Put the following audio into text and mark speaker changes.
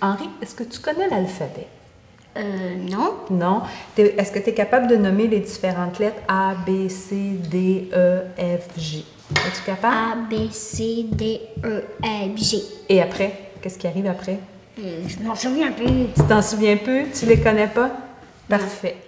Speaker 1: Henri, est-ce que tu connais l'alphabet?
Speaker 2: Euh, non.
Speaker 1: Non. T'es- Est-ce que tu es capable de nommer les différentes lettres A, B, C, D, E, F, G? Es-tu capable?
Speaker 2: A, B, C, D, E, F, G.
Speaker 1: Et après? Qu'est-ce qui arrive après?
Speaker 2: Euh, je m'en souviens plus.
Speaker 1: Tu t'en souviens peu? Tu les connais pas? Parfait.